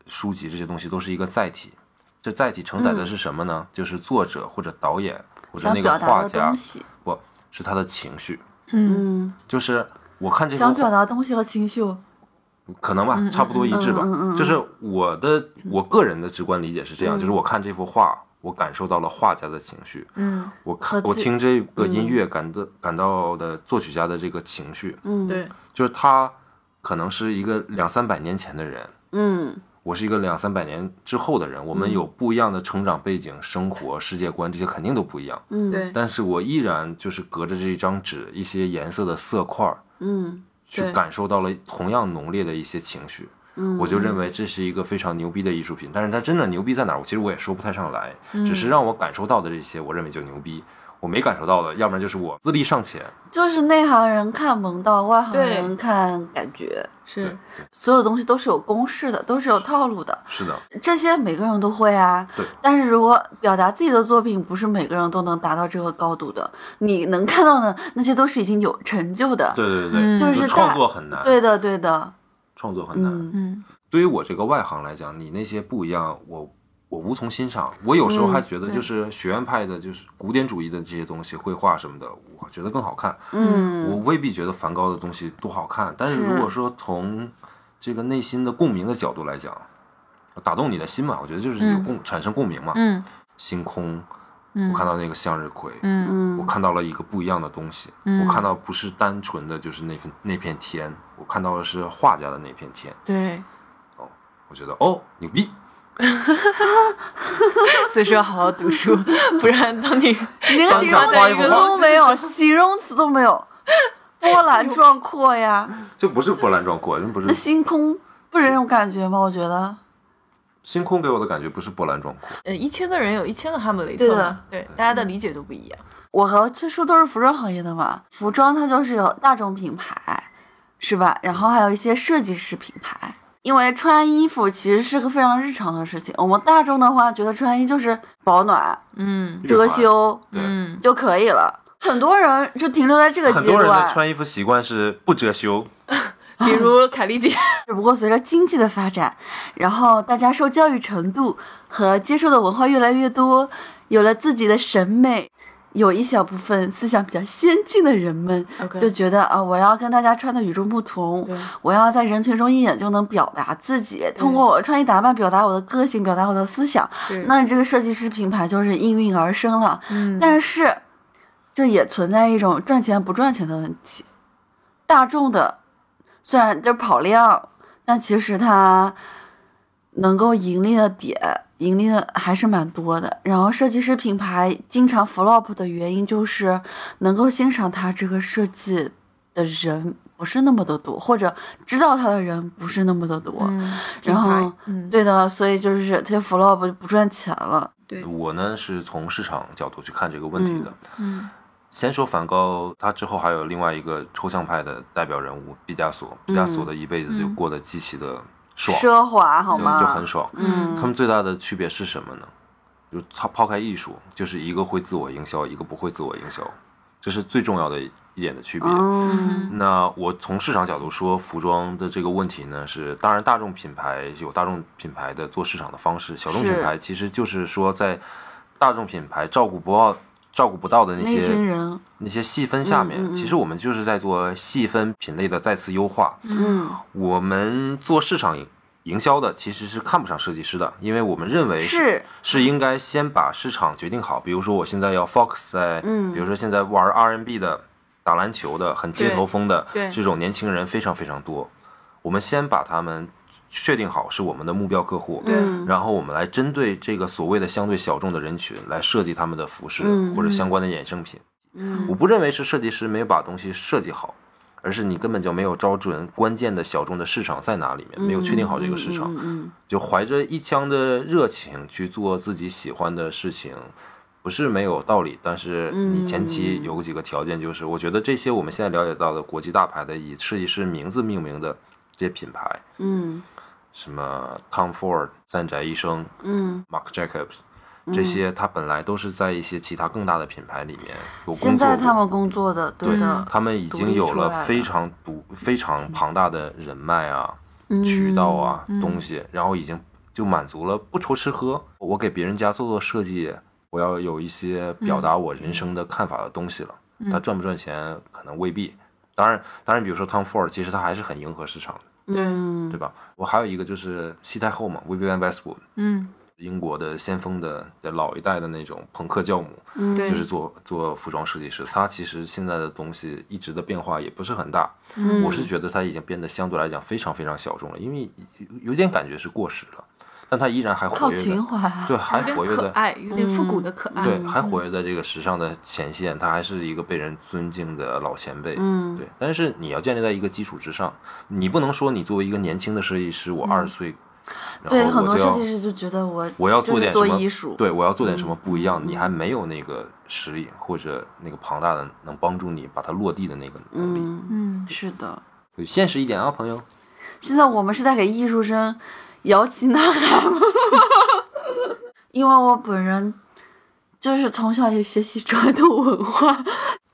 Speaker 2: 书籍这些东西都是一个载体，这载体承载的是什么呢？就是作者或者导演或者
Speaker 3: 嗯想
Speaker 2: 那个
Speaker 3: 表达
Speaker 2: 画
Speaker 3: 的
Speaker 2: 家
Speaker 3: 东，西，
Speaker 2: 不是他的情绪。
Speaker 1: 嗯，
Speaker 3: 嗯，
Speaker 2: 就是我看这幅
Speaker 3: 想表
Speaker 2: 画，
Speaker 3: 达的东西和情绪，
Speaker 2: 可能吧，差不多一致吧
Speaker 3: 嗯嗯嗯。嗯
Speaker 2: 就是我的我个人的直观理解是这样，就是我看这幅画，我感受到了画家的情绪，
Speaker 1: 嗯，
Speaker 2: 我看
Speaker 3: 和
Speaker 2: 我
Speaker 3: 自嗯
Speaker 2: 听这个音乐感的感到的作曲家的这个情绪，
Speaker 3: 嗯，，
Speaker 1: 对，
Speaker 2: 就是他可能是一个两三百年前的人，
Speaker 3: 嗯，
Speaker 2: 我是一个两三百年之后的人，我们有不一样的成长背景、生活、世界观，这些肯定都不一样。
Speaker 3: 嗯，，
Speaker 1: 对，
Speaker 2: 但是我依然就是隔着这一张纸，一些颜色的色块儿，
Speaker 3: 嗯，
Speaker 2: 去
Speaker 1: 对
Speaker 2: 感受到了同样浓烈的一些情绪。
Speaker 3: 嗯，
Speaker 2: 我就认为这是一个非常牛逼的艺术品，但是它真的牛逼在哪儿？我其实我也说不太上来，
Speaker 3: 嗯
Speaker 2: 只是让我感受到的这些，我认为就牛逼。我没感受到的，要不然就是我资历尚浅。
Speaker 3: 就是内行人看门道，外行
Speaker 1: 对
Speaker 3: 人看感觉。
Speaker 1: 是，
Speaker 3: 所有东西都是有公式的，都是有套路的，
Speaker 2: 是的，
Speaker 3: 这些每个人都会啊
Speaker 2: 对。
Speaker 3: 但是如果表达自己的作品，不是每个人都能达到这个高度的。你能看到的那些都是已经有成就的，
Speaker 2: 对对对，
Speaker 1: 嗯
Speaker 3: 就
Speaker 2: 就是
Speaker 3: 在
Speaker 2: 创作很难，
Speaker 3: 对的，对的，
Speaker 2: 创作很难。
Speaker 3: 嗯，
Speaker 1: 嗯，
Speaker 2: 对于我这个外行来讲，你那些不一样，我我无从欣赏。我有时候还觉得，
Speaker 3: 对
Speaker 2: 就是学院派的，就是古典主义的这些东西，绘画什么的，我觉得更好看。
Speaker 3: 嗯
Speaker 2: 我未必觉得梵高的东西多好看，但是
Speaker 3: 是
Speaker 2: 如果说从这个内心的共鸣的角度来讲，打动你的心嘛，我觉得就是有共、产生共鸣嘛。
Speaker 1: 嗯，
Speaker 2: 星空，
Speaker 1: 嗯
Speaker 2: 我看到那个向日葵，
Speaker 1: 嗯，
Speaker 2: 我
Speaker 3: 嗯
Speaker 2: 看到了一个不一样的东西。我看到不是单纯的就是那份那片天，我看到的是画家的那片天。
Speaker 1: 对，
Speaker 2: 我觉得哦，牛逼！
Speaker 1: 所以说要好好读 [laughs] 书，不然当你
Speaker 3: 你连
Speaker 1: 想
Speaker 3: 形容
Speaker 1: 想画一幅
Speaker 3: 词
Speaker 1: 画
Speaker 3: 都没有，形容词都没有，波澜壮阔呀，
Speaker 2: 这不是波澜壮阔，真不
Speaker 3: 那
Speaker 2: 是
Speaker 3: 星空不是那种感觉吗？我觉得，
Speaker 2: 星空给我的感觉不是波澜壮阔。
Speaker 1: [laughs] 呃一千个人有一千个哈姆雷
Speaker 3: 对
Speaker 1: 特
Speaker 3: 的
Speaker 1: 嘛，对，大家的理解都不一样。
Speaker 3: 我和崔叔都是服装行业的嘛，服装它就是有大众品牌，是吧？然后还有一些设计师品牌，因因为穿衣服其实是个非常日常的事情。我们大众的话，觉得穿衣就是保暖、
Speaker 1: 嗯
Speaker 3: 遮羞
Speaker 2: 对，
Speaker 1: 嗯，
Speaker 3: 就可以了。很多人就停留在这个
Speaker 2: 很
Speaker 3: 阶
Speaker 2: 多人
Speaker 3: 段
Speaker 2: 的，穿衣服习惯是不遮羞，
Speaker 1: 比如凯丽姐，
Speaker 3: 只不过随着经济的发展，然后大家受教育程度和接受的文化越来越多，有了自己的审美，有一小部分思想比较先进的人们
Speaker 1: [laughs] [laughs] OK
Speaker 3: 就觉得啊，我要跟大家穿的与众不同，我要在人群中一眼就能表达自己，通过我的穿衣打扮表达我的个性，表达我的思想。
Speaker 1: 是嗯
Speaker 3: 那这个设计师品牌就是应运而生了。但是这也存在一种赚钱不赚钱的问题。大众的虽然这跑量，但其实它能够盈利的点。盈利的还是蛮多的，然后设计师品牌经常 flop 的原因就是能够欣赏他这个设计的人不是那么的多，或者知道他的人不是那么的多。
Speaker 1: 嗯，
Speaker 3: 然后
Speaker 1: 品牌嗯
Speaker 3: 对的，所以就是他就 flop 就不赚钱了。
Speaker 1: 对
Speaker 2: 我呢是从市场角度去看这个问题的。
Speaker 1: 嗯
Speaker 2: 先说梵高，他之后还有另外一个抽象派的代表人
Speaker 3: 嗯
Speaker 2: 物毕加索，毕加索的一辈子就过得极其的爽，
Speaker 3: 奢华好
Speaker 2: 就
Speaker 3: 吗？
Speaker 2: 就很爽。
Speaker 3: 嗯
Speaker 2: 他们最大的区别是什么呢？就他抛开艺术，就是一个会自我营销，一个不会自我营销，这是最重要的一点的区别。
Speaker 3: 嗯
Speaker 2: 那我从市场角度说，服装的这个问题呢，是当然大众品牌有大众品牌的做市场的方式，小众
Speaker 3: 是
Speaker 2: 品牌其实就是说在大众品牌照顾不到照顾不到的那
Speaker 3: 那一群
Speaker 2: 些
Speaker 3: 人，
Speaker 2: 那些细分下面，
Speaker 3: 嗯嗯嗯
Speaker 2: 其实我们就是在做细分品类的再次优化。
Speaker 3: 嗯，
Speaker 2: 我们做市场营营销的其实是看不上设计师的，因为我们认为
Speaker 3: 是
Speaker 2: 是应该先把市场决定好。比如说，我现在要 focus 在，
Speaker 3: 嗯
Speaker 2: 比如说现在玩 R&B 的、打篮球的、很街头风的
Speaker 1: 对对
Speaker 2: 这种年轻人非常非常多。我们先把他们确定好是我们的目标客户，
Speaker 1: 对
Speaker 3: 嗯
Speaker 2: 然后我们来针对这个所谓的相对小众的人群来设计他们的服饰
Speaker 3: 嗯
Speaker 2: 或者相关的衍生品。
Speaker 3: 嗯
Speaker 2: 我不认为是设计师没有把东西设计好，而是你根本就没有找准关键的小众的市场在哪里面，没有确定好这个市场。
Speaker 3: 嗯
Speaker 2: 就怀着一腔的热情去做自己喜欢的事情，不是没有道理。但是你前
Speaker 3: 嗯
Speaker 2: 期有几个条件，就是、我觉得这些我们现在了解到的国际大牌的以设计师名字命名的这些品牌，
Speaker 3: 嗯
Speaker 2: 什么 Tom Ford、三宅一生、
Speaker 3: 嗯
Speaker 2: Marc Jacobs。这些它本来都是在一些其他更大的品牌里面有工作过，
Speaker 3: 现在他们工作的，对的，
Speaker 2: 他们已经有了非常独、非常庞大的人脉啊、渠道啊、东西，然后已经就满足了不愁吃喝。我给别人家做做设计，我要有一些表达我人生的看法的东西了。他赚不赚钱可能未必。当然，当然，比如说 Tom Ford，其实他还是很迎合市场的，
Speaker 3: 嗯
Speaker 2: 对吧？我还有一个就是西太后嘛，Vivienne Westwood，
Speaker 1: 嗯
Speaker 2: 英国的先锋的老一代的那种朋克教母，
Speaker 3: 嗯
Speaker 1: 对
Speaker 2: 就是做做服装设计师，他其实现在的东西一直的变化也不是很大。
Speaker 3: 嗯
Speaker 2: 我是觉得他已经变得相对来讲非常非常小众了，因为有有点感觉是过时了，但他依然还活
Speaker 3: 靠
Speaker 2: 跃在
Speaker 3: 情怀啊，
Speaker 2: 对，还
Speaker 1: 有点
Speaker 2: 活跃
Speaker 1: 可
Speaker 2: 在
Speaker 1: 爱，有点复古的可爱，
Speaker 3: 嗯
Speaker 2: 对，还活跃在这个时尚的前线，他还是一个被人尊敬的老前辈。
Speaker 3: 嗯
Speaker 2: 对，但是你要建立在一个基础之上，你不能说你作为一个年轻的设计师，我二十岁，
Speaker 3: 嗯对，
Speaker 2: 然后我
Speaker 3: 很多
Speaker 2: 就
Speaker 3: 设
Speaker 2: 要
Speaker 3: 计师就觉得我
Speaker 2: 我要
Speaker 3: 就
Speaker 2: 做
Speaker 3: 是
Speaker 2: 点什
Speaker 3: 做
Speaker 2: 么
Speaker 3: 艺术，嗯
Speaker 2: 对我要做点什么不一样，你还没有那个实力或者那个庞大的能帮助你把它落地的那个能力。
Speaker 3: 嗯，
Speaker 1: 嗯，
Speaker 3: 是的。
Speaker 2: 对现实一点啊，朋友。
Speaker 3: 现在我们是在给艺术生摇旗呐喊 [laughs] 吗，因为我本人就是从小也学习传统文化，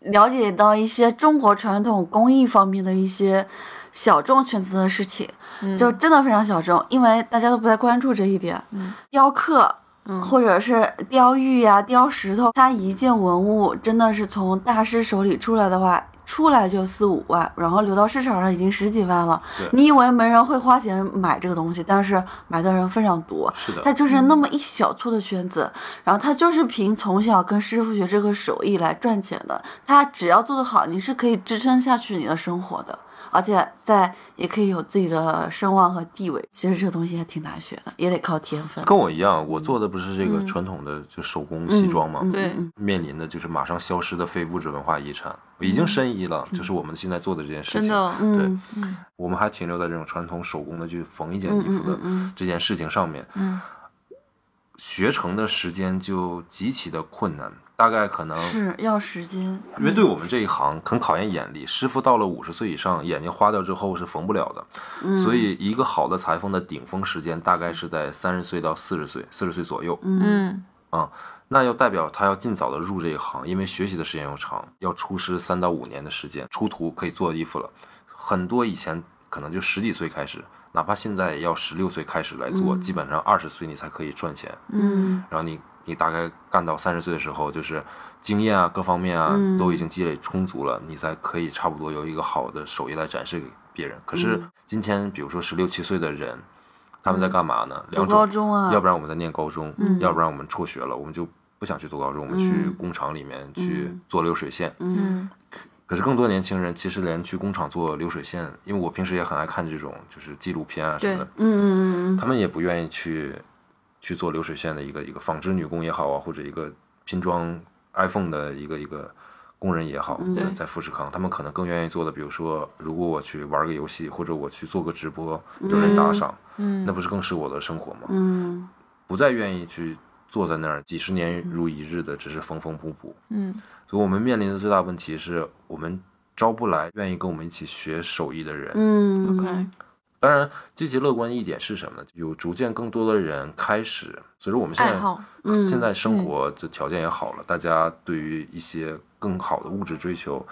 Speaker 3: 了解到一些中国传统工艺方面的一些小众圈子的事情，
Speaker 1: 嗯
Speaker 3: 就真的非常小众，因为大家都不太关注这一点。雕刻。
Speaker 1: 嗯
Speaker 3: 或者是雕玉呀、雕石头，它一件文物真的是从大师手里出来的话，出来就四五万，然后流到市场上已经十几万了。你以为没人会花钱买这个东西，但是买的人非常多。
Speaker 2: 是的
Speaker 3: 它就是那么一小撮的圈子，然后他就是凭从小跟师傅学这个手艺来赚钱的。他只要做得好，你是可以支撑下去你的生活的，而且在也可以有自己的声望和地位。其实这个东西还挺难学的，也得靠天分。
Speaker 2: 跟我一样，我做的不是这个传统的就手工西装嘛，
Speaker 3: 嗯
Speaker 1: 对
Speaker 3: 嗯
Speaker 2: 面临的就是马上消失的非物质文化遗产，我已经申遗了，就是我们现在做的这件事情。
Speaker 1: 真的
Speaker 2: 对，
Speaker 3: 嗯
Speaker 2: 我们还停留在这种传统手工的去缝一件衣
Speaker 3: 嗯
Speaker 2: 服的这件事情上面。学成的时间就极其的困难，大概可能
Speaker 3: 是要时间。
Speaker 2: 因为对我们这一行很考验眼力，师傅到了五十岁以上，眼睛花掉之后是缝不了的。所以一个好的裁缝的顶峰时间大概是在三十岁到四十岁，四十岁左右。
Speaker 1: 嗯
Speaker 2: 啊、那要代表他要尽早的入这一行，因为学习的时间又长，要出师三到五年的时间，出图可以做衣服了。很多以前可能就十几岁开始，哪怕现在也要十六岁开始来做，基本上二十岁你才可以赚钱。
Speaker 3: 嗯
Speaker 2: 然后你你大概干到三十岁的时候，就是经验啊各方面啊、
Speaker 3: 嗯
Speaker 2: 都已经积累充足了，你才可以差不多有一个好的手艺来展示给别人。可
Speaker 3: 嗯
Speaker 2: 是今天比如说十六七岁的人，他们在干嘛呢？
Speaker 3: 读
Speaker 2: 两种
Speaker 3: 高中啊，嗯
Speaker 2: 要不然我们在念高中，要不然我们辍学了，我们就不想去读高中，我们去工厂里
Speaker 3: 嗯
Speaker 2: 面去做流水线。
Speaker 1: 嗯
Speaker 2: 可是更多年轻人其实连去工厂做流水线，因为我平时也很爱看这种就是纪录片啊什么的，
Speaker 3: 嗯嗯嗯
Speaker 2: 他们也不愿意去去做流水线的一个一个纺织女工也好啊，或者一个拼装 iPhone 的一个一个工人也好，在
Speaker 1: 嗯对
Speaker 2: 在富士康，他们可能更愿意做的，比如说如果我去玩个游戏，或者我去做个直播，有人打赏，
Speaker 1: 嗯
Speaker 2: 那不是更是我的生活吗？
Speaker 3: 嗯
Speaker 2: 不再愿意去坐在那儿几十年如一日的，只是缝缝补补。
Speaker 1: 嗯
Speaker 2: 所以我们面临的最大问题是我们招不来愿意跟我们一起学手艺的人。
Speaker 3: 嗯
Speaker 1: ，OK，
Speaker 2: 当然，积极乐观一点是什么呢？有逐渐更多的人开始，随着我们现
Speaker 1: 爱
Speaker 2: 在
Speaker 1: 好，
Speaker 3: 嗯
Speaker 2: 现在生活的条件也好了，大家对于一些更好的物质追求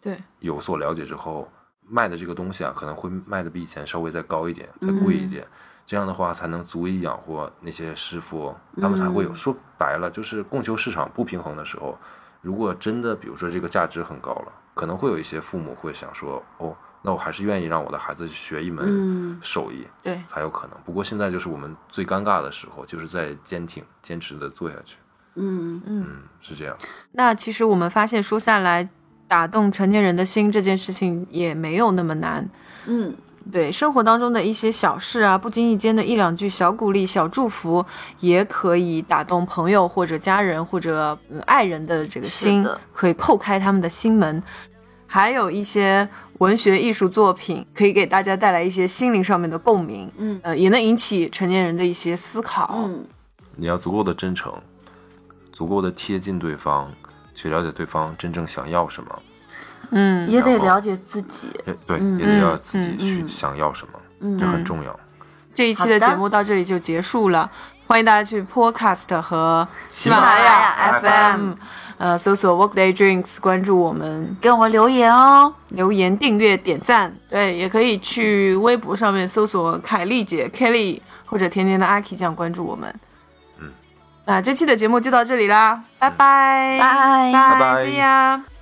Speaker 1: 对，
Speaker 2: 有所了解之后，卖的这个东西啊，可能会卖的比以前稍微再高一点，再贵
Speaker 3: 嗯
Speaker 2: 一点。这样的话，才能足以养活那些师傅，他们才
Speaker 3: 嗯
Speaker 2: 会有。说白了，就是供求市场不平衡的时候，如果真的，比如说这个价值很高了，可能会有一些父母会想说，哦，那我还是愿意让我的孩子学一门
Speaker 3: 嗯
Speaker 2: 手艺，
Speaker 1: 对，
Speaker 2: 才有可能。不过现在就是我们最尴尬的时候，就是在坚挺、坚持的做下去。
Speaker 3: 嗯
Speaker 2: 嗯，是这样。
Speaker 1: 那其实我们发现说下来，打动成年人的心这件事情也没有那么难。
Speaker 3: 嗯，
Speaker 1: 对生活当中的一些小事啊，不经意间的一两句小鼓励、小祝福，也可以打动朋友或者家人或者嗯爱人的这个心
Speaker 3: 是的，
Speaker 1: 可以叩开他们的心门。还有一些文学艺术作品，可以给大家带来一些心灵上面的共鸣，
Speaker 3: 嗯，
Speaker 1: 呃，也能引起成年人的一些思考。
Speaker 3: 嗯
Speaker 2: 你要足够的真诚，足够的贴近对方，去了解对方真正想要什么。
Speaker 1: 嗯
Speaker 3: 也得
Speaker 2: 然后
Speaker 3: 了解自己。
Speaker 2: 也对，
Speaker 3: 嗯
Speaker 2: 也得要自己
Speaker 1: 嗯
Speaker 2: 去
Speaker 3: 嗯
Speaker 2: 想要什么，
Speaker 3: 嗯
Speaker 2: 这很重要。
Speaker 1: 这一期的
Speaker 3: 好的
Speaker 1: 节目到这里就结束了，欢迎大家去 Podcast 和喜马拉
Speaker 3: 喜马拉
Speaker 1: 雅
Speaker 3: 雅 FM
Speaker 1: 呃，搜索 Workday Drinks，关注我们，
Speaker 3: 给我们留言哦。
Speaker 1: 留言、订阅、点赞，对，也可以去微博上面搜索凯丽姐 Kelly 或者甜甜的阿 K 酱关注我们。
Speaker 2: 嗯，
Speaker 1: 那这期的节目就到这里啦，拜拜，
Speaker 3: 拜
Speaker 1: 拜
Speaker 2: 拜拜
Speaker 1: ，see ya。